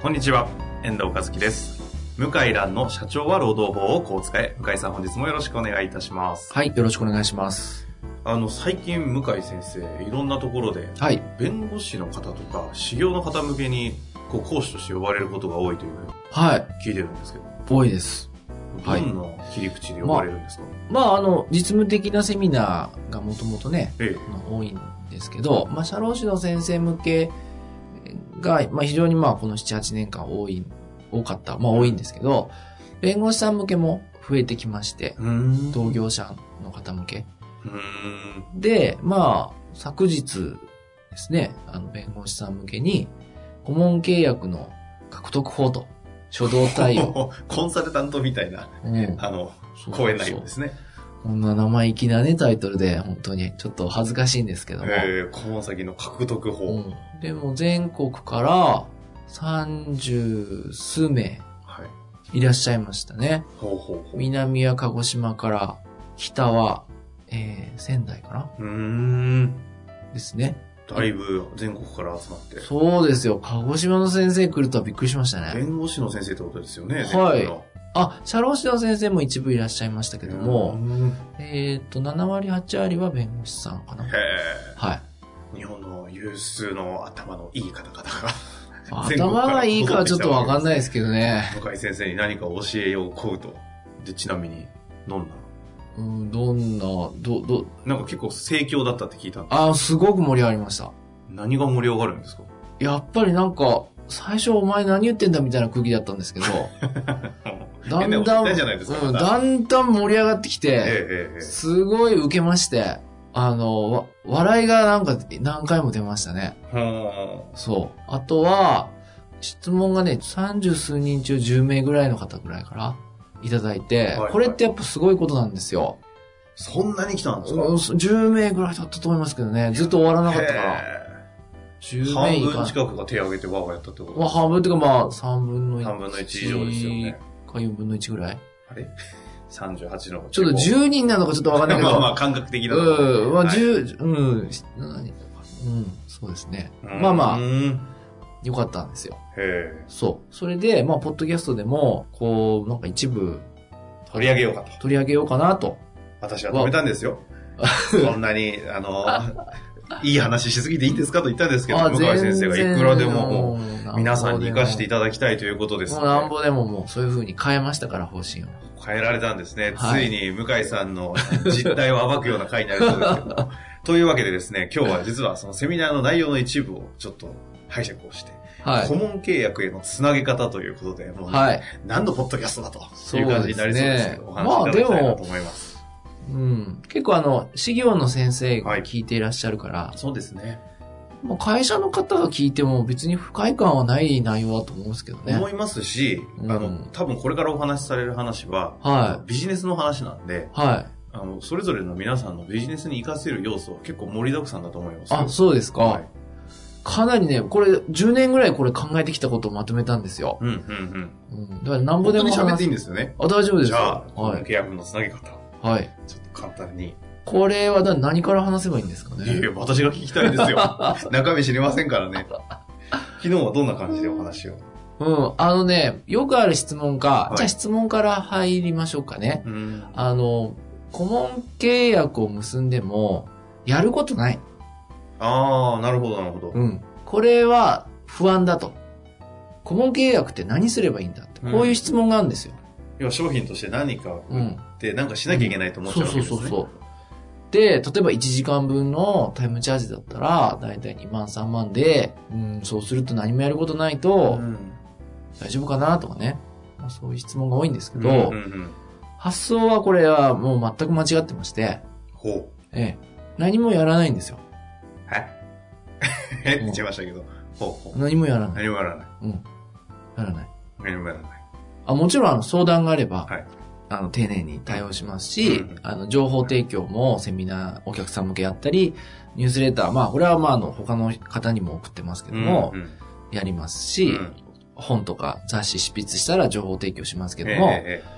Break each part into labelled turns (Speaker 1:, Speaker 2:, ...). Speaker 1: こんにちは、遠藤和樹です。向井蘭の社長は労働法をこう使え。向井さん本日もよろしくお願いいたします。
Speaker 2: はい、よろしくお願いします。
Speaker 1: あの、最近向井先生、いろんなところで、
Speaker 2: はい。
Speaker 1: 弁護士の方とか、修行の方向けに、こう、講師として呼ばれることが多いというふうに
Speaker 2: はい。
Speaker 1: 聞いてるんですけど、
Speaker 2: 多いです。はい
Speaker 1: どんな切り口で呼ばれるんですか、
Speaker 2: まあ、あの、実務的なセミナーがもともとね、
Speaker 1: え
Speaker 2: あの多いんですけど、まあ、社労士の先生向けが、まあ、非常にまあ、この7、8年間多い、多かった、まあ、多いんですけど、弁護士さん向けも増えてきまして
Speaker 1: え。、うーんう
Speaker 2: 同業者の方向け。
Speaker 1: ーん。
Speaker 2: で、まあ、昨日ですね、あの、弁護士さん向けに、顧問契約の獲得法と、初動対 応。
Speaker 1: コンサルタントみたいな、
Speaker 2: うん
Speaker 1: あの、
Speaker 2: そう
Speaker 1: 講演内容ですね。
Speaker 2: こんな生意気なね、タイトルで、本当に、ちょっと恥ずかしいんですけども。
Speaker 1: ええこの先の獲得法。
Speaker 2: うんでも、全国から、三十数名、
Speaker 1: はい。
Speaker 2: いらっしゃいましたね。
Speaker 1: ほうほうほう。
Speaker 2: 南は鹿児島から、北は、えー、仙台か
Speaker 1: うーん。
Speaker 2: なですね。
Speaker 1: だいぶ全国から集まって。
Speaker 2: そうですよ。鹿児島の先生来るとはびっくりしましたね。
Speaker 1: 弁護士の先生ってことですよね、
Speaker 2: はい
Speaker 1: 全国の
Speaker 2: あ、社労士の先生も一部いらっしゃいましたけど
Speaker 1: う
Speaker 2: も、
Speaker 1: ん
Speaker 2: えっと、7割、8割は弁護士さんかな
Speaker 1: へ。え。
Speaker 2: はい。
Speaker 1: 日本の有数の頭のいい方々が、全国から
Speaker 2: 頭がいいかはちょっとわかんないですけどね。
Speaker 1: 向井先生に何か教えを請うと。で、ちなみに、どんな
Speaker 2: うん、どんな、ど、ど、
Speaker 1: なんか結構盛況だったって聞いたんで、
Speaker 2: あーすごく盛り上がりました。
Speaker 1: 何が盛り上がるんですか
Speaker 2: やっぱりなんか、最初お前何言ってんだみたいな空気だったんですけど、だ
Speaker 1: 変
Speaker 2: ん
Speaker 1: なこ
Speaker 2: だ
Speaker 1: と言
Speaker 2: ん、
Speaker 1: ったじゃないですか。
Speaker 2: うん
Speaker 1: ま
Speaker 2: だんだん盛り上がってき
Speaker 1: ええ
Speaker 2: て、
Speaker 1: ええええ
Speaker 2: すごい受けまして、あの、わ笑いがなんか何回も出ましたね。
Speaker 1: ほ
Speaker 2: そう。あとは、質問がね、30数人中10名ぐらいの方ぐらいからいただいて、
Speaker 1: いはい
Speaker 2: これってやっぱすごいことなんですよ。
Speaker 1: ーそんなに来たんですか
Speaker 2: うん10名ぐらいだったと思いますけどね、ずっと終わらなかったから。
Speaker 1: へえ
Speaker 2: 10名
Speaker 1: 半
Speaker 2: 以下
Speaker 1: 分近くが手を挙げてわーわーやったってこと
Speaker 2: まあ、半分っていうかまあ、3分の1。
Speaker 1: 半分の1以上ですよね。。
Speaker 2: か4分の1ぐらい。
Speaker 1: あれ ?38 の。
Speaker 2: ちょっと10人なのかちょっとわかんないけど。
Speaker 1: まあまあ感覚的な
Speaker 2: うん、ま
Speaker 1: は
Speaker 2: あ
Speaker 1: い
Speaker 2: 10、うん、7人とか。うん、そうですね。
Speaker 1: うん
Speaker 2: まあまあ
Speaker 1: うん
Speaker 2: よかったんですよ。
Speaker 1: へえ。
Speaker 2: そう。それで、まあ、ポッドキャストでも、こう、なんか一部、
Speaker 1: 取り上げようかと。
Speaker 2: 取り上げようかなと。
Speaker 1: 私は止めたんですよ。そんなに、あ の、いい話しすぎていいんですかと言ったんですけど、向井先生がいくらでももう、皆さんに生かしてい
Speaker 2: た
Speaker 1: ただきたいということです
Speaker 2: もうな
Speaker 1: ので、
Speaker 2: んぼでももう、そういう風に変えましたから、方針を。
Speaker 1: 変えられたんですね。つ
Speaker 2: はい
Speaker 1: いに向井さんの実態を暴くような回になるそうですけど も。というわけでですね、今日は実はそのセミナーの内容の一部をちょっと拝借をして、
Speaker 2: は
Speaker 1: 顧
Speaker 2: い。
Speaker 1: 問契約へのつなげ方ということで、もうね
Speaker 2: はい。
Speaker 1: 何のポッドキャストだという感じになりそうですけど、お
Speaker 2: そうです
Speaker 1: 話し
Speaker 2: ね
Speaker 1: いただきたいなと思います。
Speaker 2: うん。結構あの、資業の先生が聞いていらっしゃるから、
Speaker 1: そうですね。
Speaker 2: まあ、会社の方が聞いても別に不快感はない内容だと思うんですけどね。
Speaker 1: 思いますし、
Speaker 2: うん
Speaker 1: あの、多分これからお話しされる話は、
Speaker 2: は
Speaker 1: ビジネスの話なんで、
Speaker 2: い。はい。
Speaker 1: あの、それぞれの皆さんのビジネスに活かせる要素は結構盛りだくさんだと思いますよ。
Speaker 2: あ、そうですか。
Speaker 1: はい
Speaker 2: かなりね、これ10年ぐらいこれ考えてきたことをまとめたんですよ。
Speaker 1: うん、うん、うん。
Speaker 2: うん。だからなんぼ
Speaker 1: 本
Speaker 2: で
Speaker 1: 当
Speaker 2: も
Speaker 1: に
Speaker 2: 話す
Speaker 1: 喋っていいんですよね。
Speaker 2: あ、大丈夫です
Speaker 1: じ
Speaker 2: よ。
Speaker 1: ゃあ、こ
Speaker 2: は
Speaker 1: の
Speaker 2: い。
Speaker 1: 契約のつなげ方、
Speaker 2: はい。
Speaker 1: ちょっと簡単に。
Speaker 2: これはだ何から話せばいいんですか
Speaker 1: いやい
Speaker 2: ね。
Speaker 1: や、私が聞きたいですよ。 中身知りませんからね。昨日はどんな感じでお話を。
Speaker 2: うん。あのね、よくある質問か、
Speaker 1: はい
Speaker 2: じゃあ質問から入りましょうかね。
Speaker 1: うん。
Speaker 2: あの、顧問契約を結んでも、やることない。
Speaker 1: あー、なるほど、なるほど。
Speaker 2: うん。これは不安だと。顧問契約って何すればいいんだって。
Speaker 1: うん
Speaker 2: こういう質問があるんですよ。
Speaker 1: 要は商品として何か
Speaker 2: う
Speaker 1: 売っ
Speaker 2: ん。
Speaker 1: て、なんかしなきゃいけないと思っちゃうわけですね。
Speaker 2: う。で、例えば1時間分のタイムチャージだったら、だいたい2万3万で、うん、そうすると何もやることないと
Speaker 1: うん
Speaker 2: 大丈夫かなとかね。まあそういう質問が多いんですけど、
Speaker 1: うんうんうん
Speaker 2: 発想はこれはもう全く間違ってまして、
Speaker 1: ほう。
Speaker 2: ええ、何もやらないんですよ。
Speaker 1: はい。えって言っちゃいましたけど。ほうほう。
Speaker 2: 何もやらない。
Speaker 1: 何もやらない。
Speaker 2: うん。やらない。
Speaker 1: 何もやらない。
Speaker 2: あ、もちろん、あの、相談があれば、
Speaker 1: はい
Speaker 2: あの、丁寧に対応しますし、
Speaker 1: うん
Speaker 2: あの、情報提供もセミナー、お客さん向けやったり、ニュースレター、まあ、これはまあ、あの、他の方にも送ってますけども、
Speaker 1: うんうん
Speaker 2: やりますし、
Speaker 1: うん
Speaker 2: 本とか雑誌執筆したら情報提供します
Speaker 1: え
Speaker 2: けど
Speaker 1: え
Speaker 2: も、
Speaker 1: ええ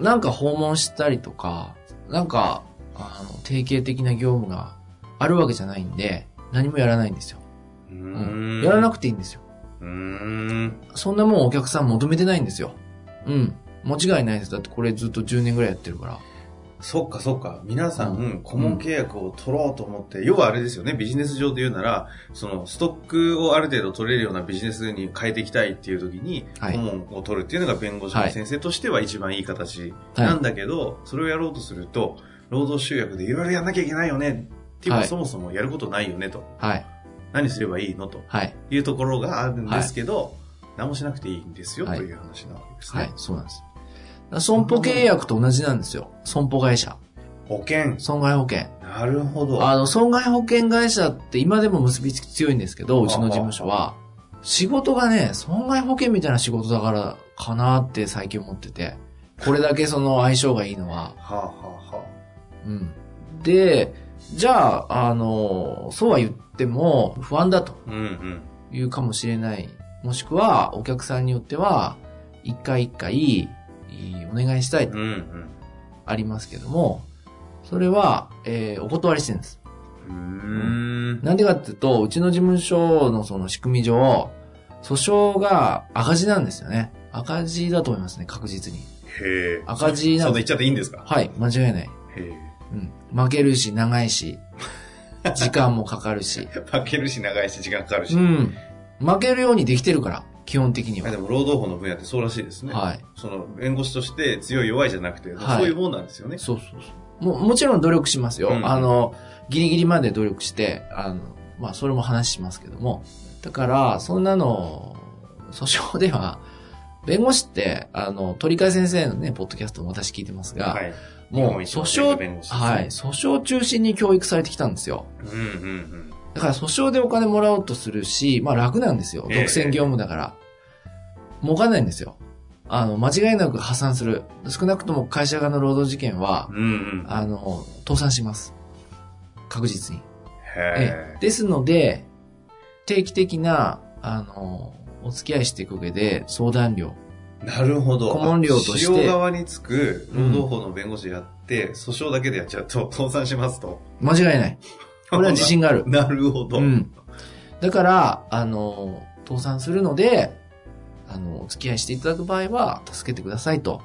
Speaker 2: なんか訪問したりとか、なんか、あの、定型的な業務があるわけじゃないんで、何もやらないんですよ。
Speaker 1: う
Speaker 2: う
Speaker 1: ーん
Speaker 2: やらなくていいんですよ。
Speaker 1: うーん。
Speaker 2: そんなもんお客さん求めてないんですよ。うん。間違いないです。だってこれずっと10年ぐらいやってるから。
Speaker 1: そっかそっか。皆さ、
Speaker 2: うん
Speaker 1: 顧問契約を取ろうと思って、要はあれですよね、ビジネス上で言うなら、その、ストックをある程度取れるようなビジネスに変えていきたいっていう時に、
Speaker 2: はい
Speaker 1: 顧問を取るっていうのが弁護士の先生としては一番いい形なんだけど、それをやろうとすると、労働集約でいろいろやんなきゃいけないよね、っていうか、
Speaker 2: はい
Speaker 1: そもそもやることないよねと。
Speaker 2: はい。
Speaker 1: 何すればいいのと
Speaker 2: はい。
Speaker 1: いうところがあるんですけど、何もしなくていいんですよ、
Speaker 2: はい
Speaker 1: という話なわけですね。
Speaker 2: はい。そうなんです。だから損保契約と同じなんですよ。損保会社。
Speaker 1: 保険。
Speaker 2: 損害保険。
Speaker 1: なるほど。
Speaker 2: あの、損害保険会社って今でも結びつき強いんですけど、うちの事務所は、仕事がね、損害保険みたいな仕事だからかなって最近思ってて、これだけその相性がいいのは。
Speaker 1: はあ、はあは
Speaker 2: うん。で、じゃあ、あの、そうは言っても不安だと
Speaker 1: あ、うんうん。
Speaker 2: いうかもしれない。もしくは、お客さんによっては、一回一回、いいお願いしたいと
Speaker 1: うんうん。
Speaker 2: ありますけども、それは、えーお断りしてるんです。
Speaker 1: うーん。
Speaker 2: なんでかっていうと、うちの事務所のその仕組み上、訴訟が赤字なんですよね。赤字だと思いますね、確実に。
Speaker 1: へえ。
Speaker 2: 赤字
Speaker 1: そ
Speaker 2: なん
Speaker 1: な
Speaker 2: ん
Speaker 1: 言っちゃっていいんですか
Speaker 2: はい、間違いない。
Speaker 1: へえ。
Speaker 2: うん。負けるし、長いし、時間もかか るし。
Speaker 1: 負けるし、長いし、時間かかるし。
Speaker 2: うん。負けるようにできてるから、基本的に
Speaker 1: あ
Speaker 2: は。
Speaker 1: でも、労働法の分野ってそうらしいですね。
Speaker 2: はい。
Speaker 1: その、弁護士として強い弱いじゃなくて、
Speaker 2: はい
Speaker 1: そういうもんなんですよね。
Speaker 2: そうそうそう。も、もちろん努力しますよ。
Speaker 1: うん
Speaker 2: あの、ギリギリまで努力して、あの、まあ、それも話しますけども。だから、そんなの、訴訟では、 弁護士って、あの、鳥海先生のね、ポッドキャストも私聞いてますが、
Speaker 1: はい。
Speaker 2: もう、
Speaker 1: 日本一
Speaker 2: 訴
Speaker 1: の
Speaker 2: 訟、
Speaker 1: 弁護士ですね
Speaker 2: はい、訴訟中心に教育されてきたんですよ。
Speaker 1: うんうん
Speaker 2: だから、訴訟でお金もらおうとするし、まあ、楽なんですよ。
Speaker 1: え
Speaker 2: 独
Speaker 1: え
Speaker 2: 占業務だから。儲かんないんですよ。あの、間違いなく破産する。少なくとも会社側の労働事件は、
Speaker 1: うん。うんうん。
Speaker 2: あの、倒産します。確実に。ええ
Speaker 1: へ
Speaker 2: ですので、定期的な、あの、お付き合いしていく上で、相談料。
Speaker 1: え。なるほど。
Speaker 2: 顧問料として
Speaker 1: 使用側につく、労働法の弁護士やって、訴訟だけでやっちゃうと、倒産しますと。
Speaker 2: 間違いない。これは自信がある。
Speaker 1: なるほど。
Speaker 2: うん。だから、あの、倒産するので、あの、お付き合いしていただく場合は、助けてくださいと。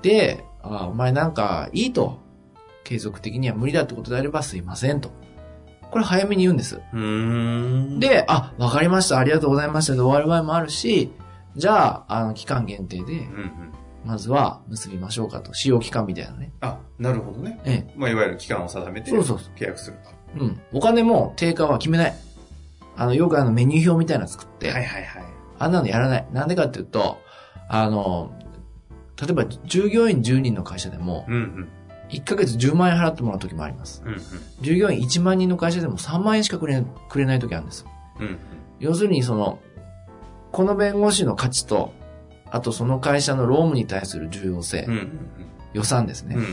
Speaker 2: で、あお前なんかいいと。継続的には無理だってことであればすいませんと。これ早めに言うんです。
Speaker 1: うーん。、
Speaker 2: で、あ、わかりました、ありがとうございましたで終わる場合もあるし、じゃあ、あの、期間限定で
Speaker 1: うん、うん。
Speaker 2: まずは結びましょうかと、使用期間みたいなね。
Speaker 1: あ、なるほどね。
Speaker 2: え
Speaker 1: まあ、いわゆる期間を定め
Speaker 2: え。
Speaker 1: て、
Speaker 2: そう
Speaker 1: 契
Speaker 2: そうそ
Speaker 1: 約すると。
Speaker 2: う。うん。お金も定価は決めない。あの、よくあの、メニュー表みたいなの作って、
Speaker 1: はいはいはい。
Speaker 2: あんなのやらない。なんでかっていうと、あの、例えば、従業員10人の会社でも、
Speaker 1: うんうん。
Speaker 2: 1ヶ月10万円払ってもらう時もあります。
Speaker 1: うん
Speaker 2: 従業員1万人の会社でも3万円しかくれくれない時あるんですよ
Speaker 1: うん。うん
Speaker 2: 要するにその、この弁護士の価値と、あとその会社の労務に対する重要性、
Speaker 1: うん。うん
Speaker 2: 予算です
Speaker 1: うん。うんう
Speaker 2: ね。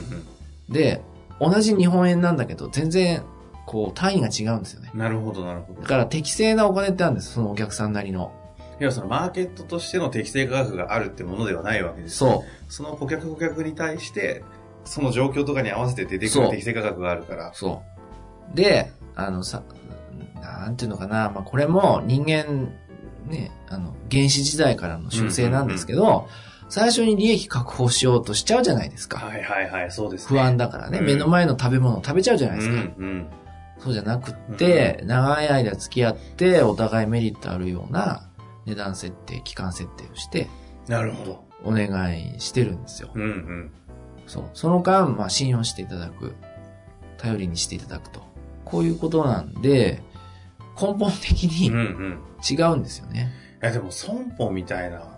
Speaker 1: ん
Speaker 2: で、同じ日本円なんだけど、全然、こう、単位が違うんですよね。
Speaker 1: なるほどなるほど
Speaker 2: だ。から適正なお金ってあるんです、そのお客さんなりの。
Speaker 1: 要はそのマーケットとしての適正価格があるってものではないわけです。
Speaker 2: そ
Speaker 1: その顧客顧客に対して、その状況とかに合わせて出てく
Speaker 2: そ
Speaker 1: る
Speaker 2: う
Speaker 1: 適正価格があるから
Speaker 2: う、。そう。で、あのさ、なんていうのかな、まあこれも人間、ね、あの、原始時代からの習性なんですけど、最初に利益確保しようとしちゃうじゃないですか。
Speaker 1: はいはいはい、そうですね。
Speaker 2: 不安だからね、
Speaker 1: うん
Speaker 2: 目の前の食べ物を食べちゃうじゃないですか。
Speaker 1: うん
Speaker 2: そうじゃなくって、長い間付き合って、お互いメリットあるような値段設定、期間設定をして、
Speaker 1: うん。なるほど。
Speaker 2: お願いしてるんですよ。
Speaker 1: うんうん。
Speaker 2: そう。その間、まあ、信用していただく。頼りにしていただくと。こういうことなんで、根本的
Speaker 1: うんう
Speaker 2: に
Speaker 1: ん。
Speaker 2: 違うんですよね。
Speaker 1: いやでも損保みたいな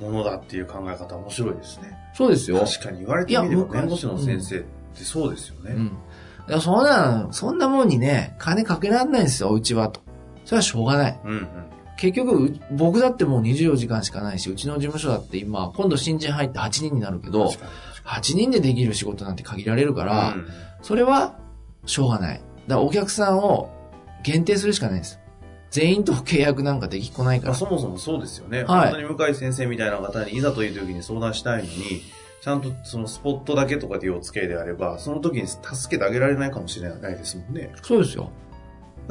Speaker 1: ものだっていう考え方面白いですね。
Speaker 2: そうですよ。
Speaker 1: 確かに言われてみ
Speaker 2: い
Speaker 1: れ
Speaker 2: や
Speaker 1: ば
Speaker 2: 僕は
Speaker 1: 弁護士の先生ってそうですよ
Speaker 2: う
Speaker 1: ね。
Speaker 2: ん。いやそんな、そんなもんにね、金かけられないんですよ、うちはと。それはしょうがない。
Speaker 1: うんうん。
Speaker 2: 結局、う僕だってもう24時間しかないし、うちの事務所だって今、今度新人入って8人になるけど、8人でできる仕事なんて限られるから、
Speaker 1: うん
Speaker 2: それは、しょうがない。だからお客さんを限定するしかないんです。全員と契約なんかできっこない
Speaker 1: ま
Speaker 2: か
Speaker 1: あ、
Speaker 2: ら。
Speaker 1: そもそもそうですよね、
Speaker 2: はい
Speaker 1: 本当に向井先生みたいな方にいざという時に相談したいのに、ちゃんとそのスポットだけとかでお付き合いであれば、その時に助けてあげられないかもしれないですもんね。
Speaker 2: そうですよ。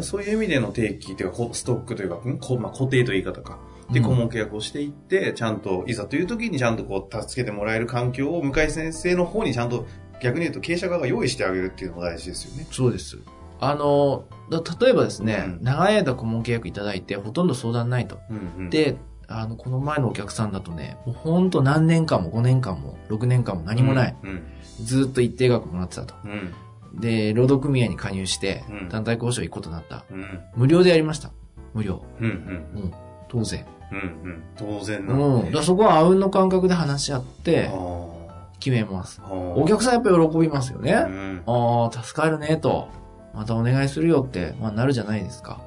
Speaker 1: そういう意味での定期というか、こストックというか、んこまあ、固定という言い方か。で、
Speaker 2: うん
Speaker 1: 顧問契約をしていって、ちゃんと、いざという時にちゃんとこう、助けてもらえる環境を向井先生の方にちゃんと、逆に言うと経営者側が用意してあげるっていうのも大事ですよね。
Speaker 2: そうです。あの、だ例えばですね、
Speaker 1: うん
Speaker 2: 長い間顧問契約いただいて、ほとんど相談ないと。
Speaker 1: うんうん、
Speaker 2: で、あの、この前のお客さんだとね、もうほんと何年間も5年間も6年間も何もない。。
Speaker 1: うん。
Speaker 2: ずーっと一定額もらってたと。
Speaker 1: うん。
Speaker 2: で、労働組合に加入して
Speaker 1: うん、
Speaker 2: 団体交渉行くことになった。
Speaker 1: うん。うん。
Speaker 2: 無料でやりました。無料。
Speaker 1: うん。
Speaker 2: 当然。
Speaker 1: うん。うん。当然な
Speaker 2: うん。だからそこはあうんの感覚で話し合って
Speaker 1: あ
Speaker 2: 決めます。
Speaker 1: ーあ
Speaker 2: お客さんやっぱ喜びますよね。
Speaker 1: さ
Speaker 2: あ
Speaker 1: ん。
Speaker 2: あー、助かるねと。またお願いするよって、まあなるじゃないですか。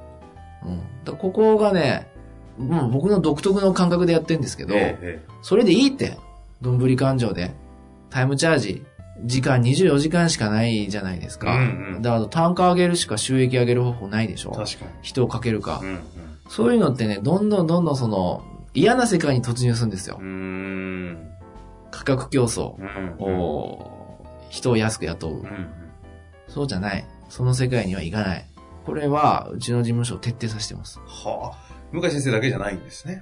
Speaker 2: うん。だからここがね、もう僕の独特の感覚でやってるんですけど、
Speaker 1: えええ
Speaker 2: それでいいって。どんぶり勘定で。タイムチャージ。時間24時間しかないじゃないですか。
Speaker 1: うんうん
Speaker 2: だから単価上げるしか収益上げる方法ないでし
Speaker 1: え
Speaker 2: ょ。
Speaker 1: 確か
Speaker 2: 人をかけるか。
Speaker 1: に。
Speaker 2: そういうのってね、どんどんどんどんその、嫌な世界に突入するんですよ
Speaker 1: う。ん。うん。
Speaker 2: 価格競争
Speaker 1: う。ん。
Speaker 2: おー人を安く雇う
Speaker 1: うん。う。ん。
Speaker 2: そうじゃない。その世界には行かない。これは、うちの事務所を徹底させてます。
Speaker 1: はあ。向井先生だけじゃないんですね。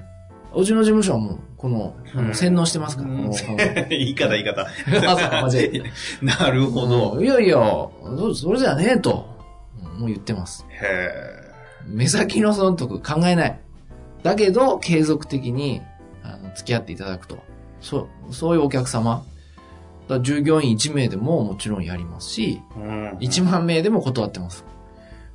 Speaker 2: うちの事務所はもう、この、あ
Speaker 1: う
Speaker 2: の
Speaker 1: ん
Speaker 2: 洗脳してますから、
Speaker 1: う
Speaker 2: こ
Speaker 1: ん
Speaker 2: のこの
Speaker 1: 言い方言い方。
Speaker 2: あそうか間違え
Speaker 1: なるほど。
Speaker 2: うんいやいや、そそれじゃねえと、うんもう言ってます。
Speaker 1: へえ。
Speaker 2: 目先の損得考えない。だけど、継続的に、あの、付き合っていただくと。そう、そういうお客様。だから従業員1名でももちろんやりますし、
Speaker 1: うん
Speaker 2: 1万名でも断ってます。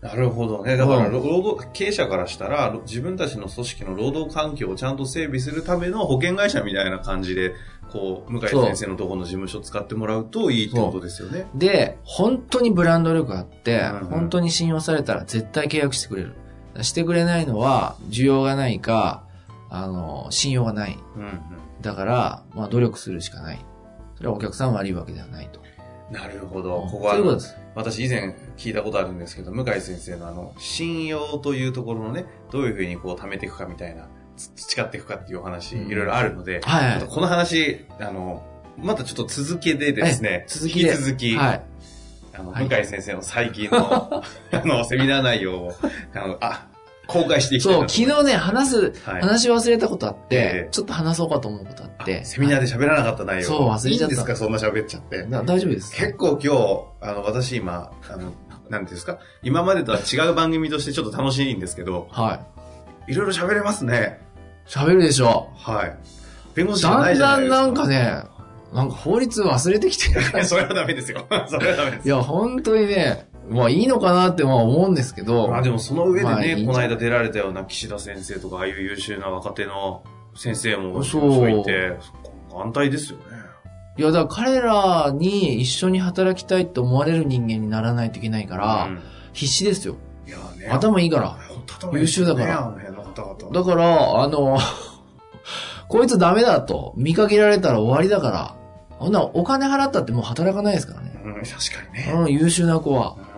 Speaker 1: なるほどね。だから、
Speaker 2: うん
Speaker 1: 労働、経営者からしたら、ろ自分たちの組織の労働環境をちゃんと整備するための保険会社みたいな感じで、こう、向井先生のところの事務所を使ってもらうといいってことですよね。
Speaker 2: で、本当にブランド力があって、
Speaker 1: うんうん
Speaker 2: 本当に信用されたら絶対契約してくれる。してくれないのは、需要がないか、あの、信用がない。
Speaker 1: うんうん。
Speaker 2: だから、まあ、努力するしかない。それはお客さん悪いわけではないと。
Speaker 1: なるほど。ここ
Speaker 2: そ
Speaker 1: は
Speaker 2: ういうことです。
Speaker 1: 私以前聞いたことあるんですけど、向井先生のあの、信用というところのね、どういうふうにこう貯めていくかみたいな、つ培っていくかっていうお話、
Speaker 2: うん
Speaker 1: いろいろあるので、
Speaker 2: はい、
Speaker 1: ちょっとこの話、あの、またちょっと続けでですね、
Speaker 2: 続きで。
Speaker 1: 引き続き、
Speaker 2: はい。
Speaker 1: あの、
Speaker 2: はい
Speaker 1: 向井先生の最近の、あ の、セミナー内容を、あの、あ、公開していきたい
Speaker 2: そ
Speaker 1: な
Speaker 2: う、
Speaker 1: と
Speaker 2: 昨日ね、話す、
Speaker 1: はい
Speaker 2: 話し忘れたことあって、
Speaker 1: ええ
Speaker 2: ちょっと話そうかと思うことあっ
Speaker 1: あ
Speaker 2: て。
Speaker 1: セミナーで喋らなかった内容。
Speaker 2: そう忘れちゃった
Speaker 1: いいんですかそんな喋っちゃって。
Speaker 2: な大丈夫です。
Speaker 1: 結構今日、あの、私今、あの、なんていうんですか今までとは違う番組としてちょっと楽しいんですけど、
Speaker 2: はい。
Speaker 1: いろいろ喋れますね。
Speaker 2: 喋るでしょ
Speaker 1: はい。弁護
Speaker 2: う。
Speaker 1: 士じゃな
Speaker 2: だ
Speaker 1: い
Speaker 2: ん
Speaker 1: じゃ
Speaker 2: だ
Speaker 1: ない
Speaker 2: ん
Speaker 1: ですか。
Speaker 2: なんかね、なんか法律忘れてきてる
Speaker 1: ね。それはダメですよ。 それはダメです。
Speaker 2: いや、本当にね、まあいいのかなってまあ思うんですけど、
Speaker 1: まあでもその上でね、
Speaker 2: まあいいんじゃ
Speaker 1: この
Speaker 2: ない
Speaker 1: 間出られたような岸田先生とか、ああいう優秀な若手の先生も
Speaker 2: そう
Speaker 1: そういて、安泰ですよね。
Speaker 2: いや、だから彼らに一緒に働きたいって思われる人間にならないといけないから、
Speaker 1: うん
Speaker 2: 必死ですよ。
Speaker 1: いやね。
Speaker 2: 頭いいから。
Speaker 1: 本当頭いいですよね
Speaker 2: 優秀だから
Speaker 1: あの辺の方々。
Speaker 2: だから、あの、 こいつダメだと、見かけられたら終わりだから、ほんならお金払ったってもう働かないですからね。
Speaker 1: うん、確かにね。
Speaker 2: うん、優秀な子は。
Speaker 1: うん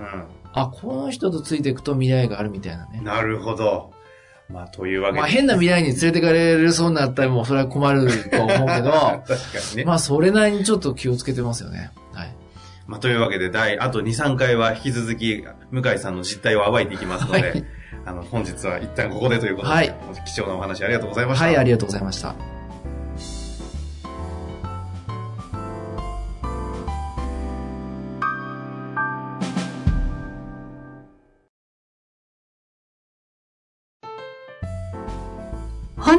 Speaker 2: あ、この人とついていくと未来があるみたいなね。
Speaker 1: なるほど。まあ、というわけで。
Speaker 2: まあ変な未来に連れてかれるそうになったらもうそれは困ると思うけど、
Speaker 1: 確かに ね。ま
Speaker 2: まあそれなりにちょっと気をつけてますよね。はい。
Speaker 1: あ、というわけで、第、あと2、3回は引き続き、向井さんの実態を暴いていきますので、
Speaker 2: はい
Speaker 1: あの、本日は一旦ここでということで、
Speaker 2: はい
Speaker 1: 貴重なお話ありがとうございました。
Speaker 2: はい、ありがとうございました。
Speaker 3: 本